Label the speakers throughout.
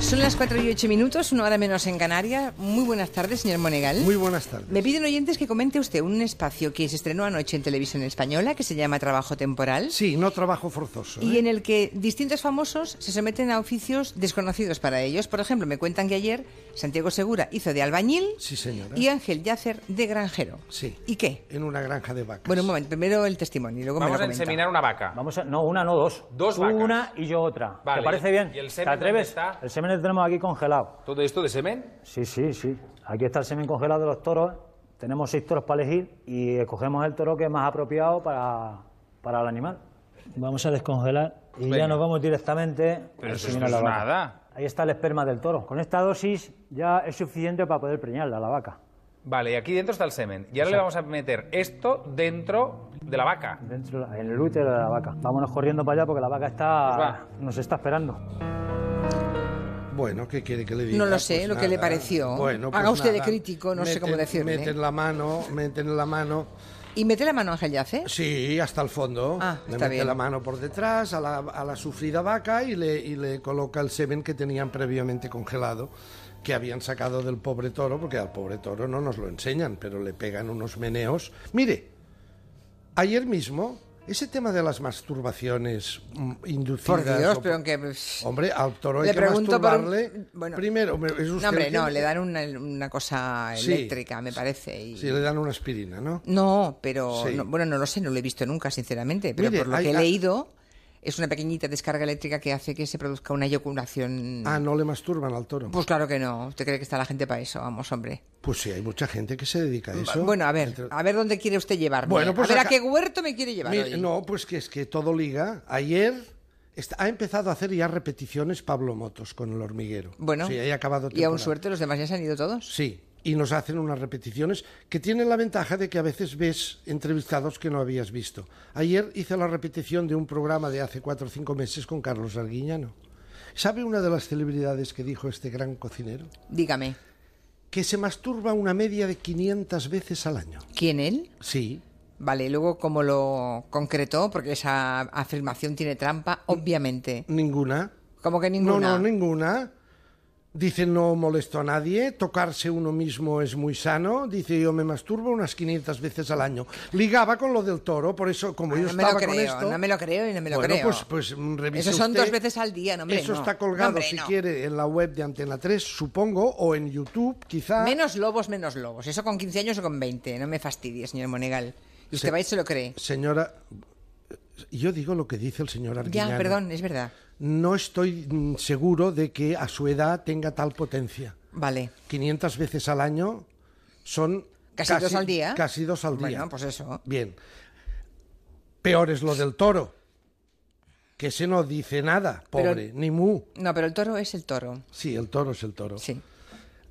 Speaker 1: Son las 4 y 8 minutos, una hora menos en Canarias. Muy buenas tardes, señor Monegal.
Speaker 2: Muy buenas tardes.
Speaker 1: Me piden oyentes que comente usted un espacio que se estrenó anoche en Televisión Española que se llama Trabajo Temporal.
Speaker 2: Sí, no trabajo forzoso.
Speaker 1: Y
Speaker 2: ¿eh?
Speaker 1: en el que distintos famosos se someten a oficios desconocidos para ellos. Por ejemplo, me cuentan que ayer Santiago Segura hizo de albañil
Speaker 2: Sí, señora.
Speaker 1: y Ángel Yacer de granjero.
Speaker 2: Sí.
Speaker 1: ¿Y qué?
Speaker 2: En una granja de vacas.
Speaker 1: Bueno, un momento, primero el testimonio y luego me
Speaker 3: Vamos
Speaker 1: lo
Speaker 3: a
Speaker 1: comenta.
Speaker 3: inseminar una vaca.
Speaker 4: Vamos a, no, una, no, dos.
Speaker 3: Dos
Speaker 4: Tú
Speaker 3: vacas.
Speaker 4: una y yo otra.
Speaker 3: Vale,
Speaker 4: ¿Te parece
Speaker 3: ¿y-
Speaker 4: bien?
Speaker 3: y el
Speaker 4: ¿Te
Speaker 3: semen
Speaker 4: atreves?
Speaker 3: dónde está?
Speaker 4: El semen lo tenemos aquí congelado.
Speaker 3: Todo esto de semen.
Speaker 4: Sí, sí, sí. Aquí está el semen congelado de los toros. Tenemos seis toros para elegir y escogemos el toro que es más apropiado para, para el animal. Vamos a descongelar y
Speaker 3: Venga.
Speaker 4: ya nos vamos directamente
Speaker 3: Pero
Speaker 4: al
Speaker 3: eso
Speaker 4: semen a
Speaker 3: no
Speaker 4: la
Speaker 3: es
Speaker 4: vaca.
Speaker 3: nada.
Speaker 4: Ahí está el esperma del toro. Con esta dosis ya es suficiente para poder preñarla a la vaca.
Speaker 3: Vale, y aquí dentro está el semen. Y ahora le vamos a meter esto dentro de la vaca.
Speaker 4: Dentro, en el útero de la vaca. Vámonos corriendo para allá porque la vaca
Speaker 3: Pues va.
Speaker 4: está, nos está esperando.
Speaker 2: Bueno, ¿qué quiere que le diga? Pues
Speaker 1: No lo sé, lo que le pareció. Haga usted de
Speaker 2: nada.
Speaker 1: crítico, no sé cómo decirle. ¿eh?
Speaker 2: Meten la mano, meten la mano.
Speaker 1: ¿Y mete la mano Ángel Yacer?
Speaker 2: Sí, hasta el fondo.
Speaker 1: Ah,
Speaker 2: le
Speaker 1: está
Speaker 2: mete
Speaker 1: bien.
Speaker 2: la mano por detrás a la, a la sufrida vaca y le, y le coloca el semen que tenían previamente congelado, que habían sacado del pobre toro, porque al pobre toro no nos lo enseñan, pero le pegan unos meneos. Mire, ayer mismo, ese tema de las masturbaciones mm, inducidas...
Speaker 1: Por Dios,
Speaker 2: o-
Speaker 1: pero aunque...
Speaker 2: Hombre, al toro hay
Speaker 1: Le
Speaker 2: que
Speaker 1: pregunto por un-
Speaker 2: masturbarle.
Speaker 1: bueno.
Speaker 2: Primero, hombre, es usted
Speaker 1: No, hombre,
Speaker 2: el
Speaker 1: no,
Speaker 2: que-
Speaker 1: le dan una, una cosa
Speaker 2: Sí.
Speaker 1: eléctrica, me parece. y-
Speaker 2: Sí, le dan una aspirina, ¿no?
Speaker 1: No, pero
Speaker 2: Sí.
Speaker 1: no- bueno, no lo sé, no lo he visto nunca, sinceramente, pero
Speaker 2: Mire,
Speaker 1: por lo
Speaker 2: hay-
Speaker 1: que he
Speaker 2: hay-
Speaker 1: leído es una pequeñita descarga eléctrica que hace que se produzca una eyaculación.
Speaker 2: Ah, no le masturban al toro. Pues,
Speaker 1: Pues claro que no. ¿Usted cree que está la gente para eso? Vamos, hombre.
Speaker 2: sí, hay mucha gente que se dedica a eso.
Speaker 1: Bueno, a ver,
Speaker 2: Entre-
Speaker 1: a ver dónde quiere usted llevarme.
Speaker 2: Bueno, pues
Speaker 1: a ver a
Speaker 2: acá-
Speaker 1: qué huerto me quiere llevar
Speaker 2: Mire,
Speaker 1: hoy.
Speaker 2: no, pues que es que todo liga. Ayer est- ha empezado a hacer ya repeticiones Pablo Motos con el hormiguero.
Speaker 1: Bueno,
Speaker 2: sí, ahí ha acabado.
Speaker 1: y aún
Speaker 2: temporada.
Speaker 1: suerte los demás ya se han ido todos.
Speaker 2: Sí, y nos hacen unas repeticiones que tienen la ventaja de que a veces ves entrevistados que no habías visto. Ayer hice la repetición de un programa de hace cuatro o cinco meses con Carlos Arguiñano. ¿Sabe una de las celebridades que dijo este gran cocinero?
Speaker 1: Dígame,
Speaker 2: Que se masturba una media de 500 veces al año.
Speaker 1: ¿quién él?
Speaker 2: Sí.
Speaker 1: Vale, luego cómo lo concretó, porque esa afirmación tiene trampa, obviamente.
Speaker 2: ¿Ninguna?
Speaker 1: Como que ninguna.
Speaker 2: No, no, ninguna. Dice, no molesto a nadie, tocarse uno mismo es muy sano. Dice, yo me masturbo unas 500 veces al año. Ligaba con lo del toro, por eso, como yo
Speaker 1: no me
Speaker 2: estaba
Speaker 1: lo
Speaker 2: con
Speaker 1: creo,
Speaker 2: esto...
Speaker 1: no me lo creo y no me lo
Speaker 2: bueno,
Speaker 1: creo.
Speaker 2: pues, pues mm, revise
Speaker 1: Eso son
Speaker 2: usted.
Speaker 1: dos veces al día, no, hombre,
Speaker 2: Eso
Speaker 1: no.
Speaker 2: está
Speaker 1: No,
Speaker 2: colgado,
Speaker 1: hombre,
Speaker 2: si
Speaker 1: no.
Speaker 2: quiere, en la web de Antena 3, supongo, o en YouTube, quizá.
Speaker 1: Menos lobos, menos lobos. Eso con 15 años o con 20. No me fastidie, señor Monegal. Y usted
Speaker 2: Sí.
Speaker 1: va y se lo cree.
Speaker 2: Señora, yo digo lo que dice el señor Arguiñano.
Speaker 1: Ya, perdón, es verdad.
Speaker 2: No estoy mm, seguro de que a su edad tenga tal potencia.
Speaker 1: Vale.
Speaker 2: 500 veces al año son...
Speaker 1: Casi dos al día.
Speaker 2: Casi dos al día.
Speaker 1: Bueno, pues eso.
Speaker 2: Bien. Peor es lo del toro, que se no dice nada,
Speaker 1: Pero-
Speaker 2: pobre, ni mu.
Speaker 1: No, pero el toro es el toro.
Speaker 2: Sí, el toro es el toro.
Speaker 1: Sí.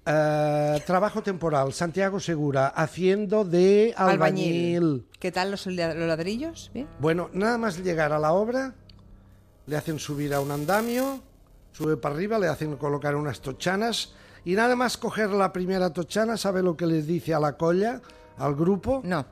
Speaker 2: Eh, trabajo temporal, Santiago Segura, haciendo de albañil.
Speaker 1: ¿Qué tal los, la- los ladrillos? ¿Bien?
Speaker 2: Bueno, nada más llegar a la obra, le hacen subir a un andamio, sube para arriba, le hacen colocar unas tochanas y nada más coger la primera tochana, ¿sabe lo que les dice a la colla, al grupo?
Speaker 1: No.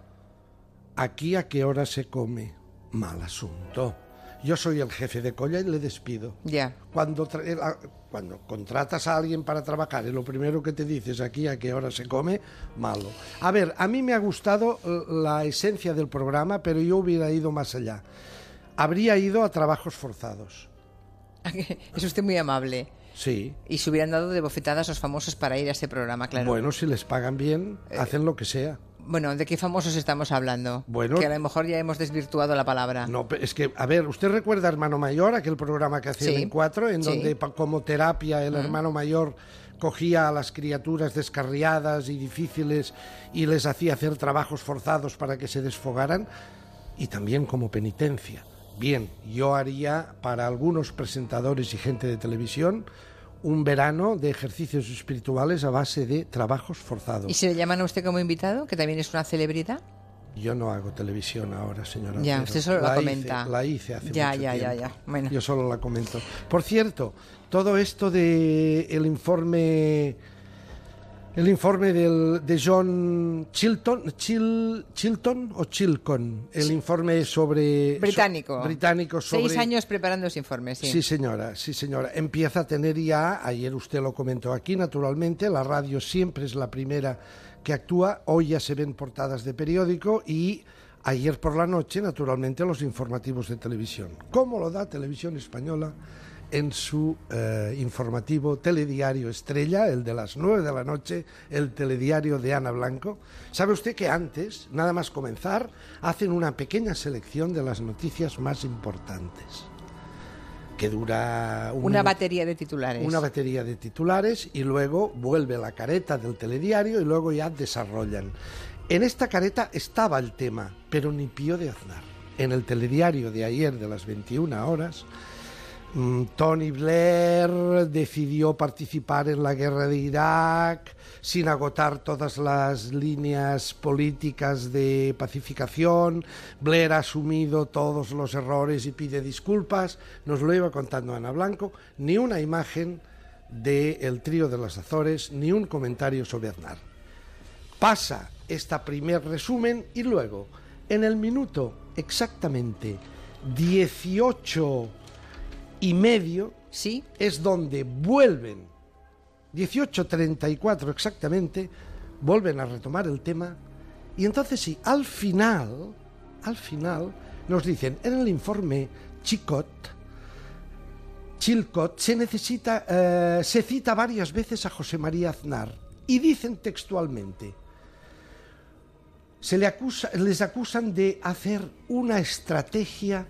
Speaker 2: Aquí a qué hora se come. Mal asunto. Yo soy el jefe de colla y le despido.
Speaker 1: Ya.
Speaker 2: Cuando, tra- eh, ah, cuando contratas a alguien para trabajar y lo primero que te dices aquí a qué hora se come, malo. A ver, a mí me ha gustado eh, la esencia del programa, pero yo hubiera ido más allá. Habría ido a trabajos forzados.
Speaker 1: Es usted muy amable.
Speaker 2: Sí.
Speaker 1: Y se hubieran dado de bofetadas los famosos para ir a este programa, claro.
Speaker 2: Bueno, si les pagan bien, hacen lo que sea.
Speaker 1: Bueno, ¿de qué famosos estamos hablando?
Speaker 2: Bueno.
Speaker 1: Que a lo mejor ya hemos desvirtuado la palabra.
Speaker 2: No, pero es que, a ver, ¿usted recuerda Hermano Mayor, aquel programa que hacían
Speaker 1: Sí.
Speaker 2: en cuatro, en
Speaker 1: Sí. Mm.
Speaker 2: donde pa- como terapia el hermano mayor cogía a las criaturas descarriadas y difíciles y les hacía hacer trabajos forzados para que se desfogaran? Y también como penitencia. Bien, yo haría para algunos presentadores y gente de televisión un verano de ejercicios espirituales a base de trabajos forzados.
Speaker 1: ¿Y se le llaman a usted como invitado, que también es una celebridad?
Speaker 2: Yo no hago televisión ahora, señora.
Speaker 1: Ya,
Speaker 2: Otero.
Speaker 1: usted solo la
Speaker 2: hice-
Speaker 1: comenta.
Speaker 2: la hice hace
Speaker 1: Ya,
Speaker 2: mucho
Speaker 1: ya, ya,
Speaker 2: tiempo.
Speaker 1: ya. Bueno.
Speaker 2: Yo solo la comento. Por cierto, todo esto de el informe El informe del- de John Chilton, Chil- Chilton o Chilcon, el informe sobre... Eh, so-
Speaker 1: Británico.
Speaker 2: británico sobre...
Speaker 1: Seis años preparando los informes, sí.
Speaker 2: Sí, señora, sí, señora. Empieza a tener ya, ayer usted lo comentó aquí, naturalmente, la radio siempre es la primera que actúa, hoy ya se ven portadas de periódico y ayer por la noche, naturalmente, los informativos de televisión. ¿Cómo lo da Televisión Española en su eh, informativo telediario estrella, el de las 9 de la noche, el telediario de Ana Blanco? ¿Sabe usted que antes, nada más comenzar, hacen una pequeña selección de las noticias más importantes? que dura un
Speaker 1: Una
Speaker 2: minu-
Speaker 1: batería de titulares.
Speaker 2: una batería de titulares y luego vuelve la careta del telediario y luego ya desarrollan. En esta careta estaba el tema, pero ni pío de Aznar. En el telediario de ayer de las 21 horas, mm, Tony Blair decidió participar en la guerra de Irak sin agotar todas las líneas políticas de pacificación. Blair ha asumido todos los errores y pide disculpas. Nos lo iba contando Ana Blanco. Ni una imagen del el trío de las Azores, ni un comentario sobre Aznar pasa este primer resumen y luego, en el minuto exactamente 18 y medio,
Speaker 1: Sí,
Speaker 2: es donde vuelven, 18.34 exactamente, vuelven a retomar el tema y entonces sí, al final, al final, nos dicen, en el informe Chicot, Chilcot se necesita, eh, se cita varias veces a José María Aznar y dicen textualmente, se le acusa, les acusan de hacer una estrategia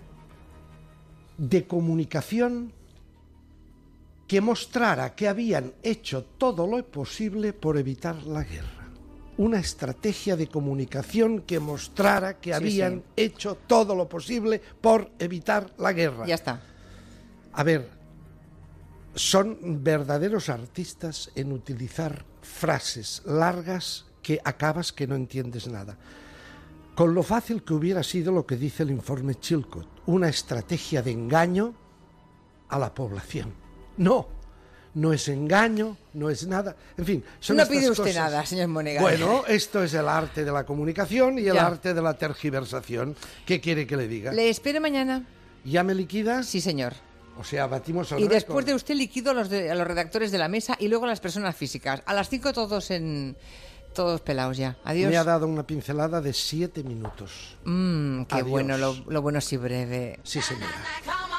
Speaker 2: de comunicación que mostrara que habían hecho todo lo posible por evitar la guerra. Una estrategia de comunicación que mostrara que habían hecho todo lo posible por evitar la guerra.
Speaker 1: ya está.
Speaker 2: A ver, son verdaderos artistas en utilizar frases largas que acabas que no entiendes nada. Con lo fácil que hubiera sido lo que dice el informe Chilcot, una estrategia de engaño a la población. No, no es engaño, no es nada. En fin, son
Speaker 1: No
Speaker 2: estas
Speaker 1: pide usted
Speaker 2: cosas.
Speaker 1: nada, señor Monegal.
Speaker 2: Bueno, esto es el arte de la comunicación y el
Speaker 1: Ya.
Speaker 2: arte de la tergiversación. ¿Qué quiere que le diga?
Speaker 1: Le espero mañana.
Speaker 2: ¿Ya me liquidas?
Speaker 1: Sí, señor.
Speaker 2: O sea, batimos el
Speaker 1: Y después
Speaker 2: récord.
Speaker 1: de usted liquido a los, de- a los redactores de la mesa y luego a las personas físicas. A las 5 todos en todos pelados ya. Adiós.
Speaker 2: Me ha dado una pincelada de siete minutos.
Speaker 1: Mm, qué
Speaker 2: Adiós.
Speaker 1: bueno, lo, lo bueno sí breve.
Speaker 2: Sí, señora.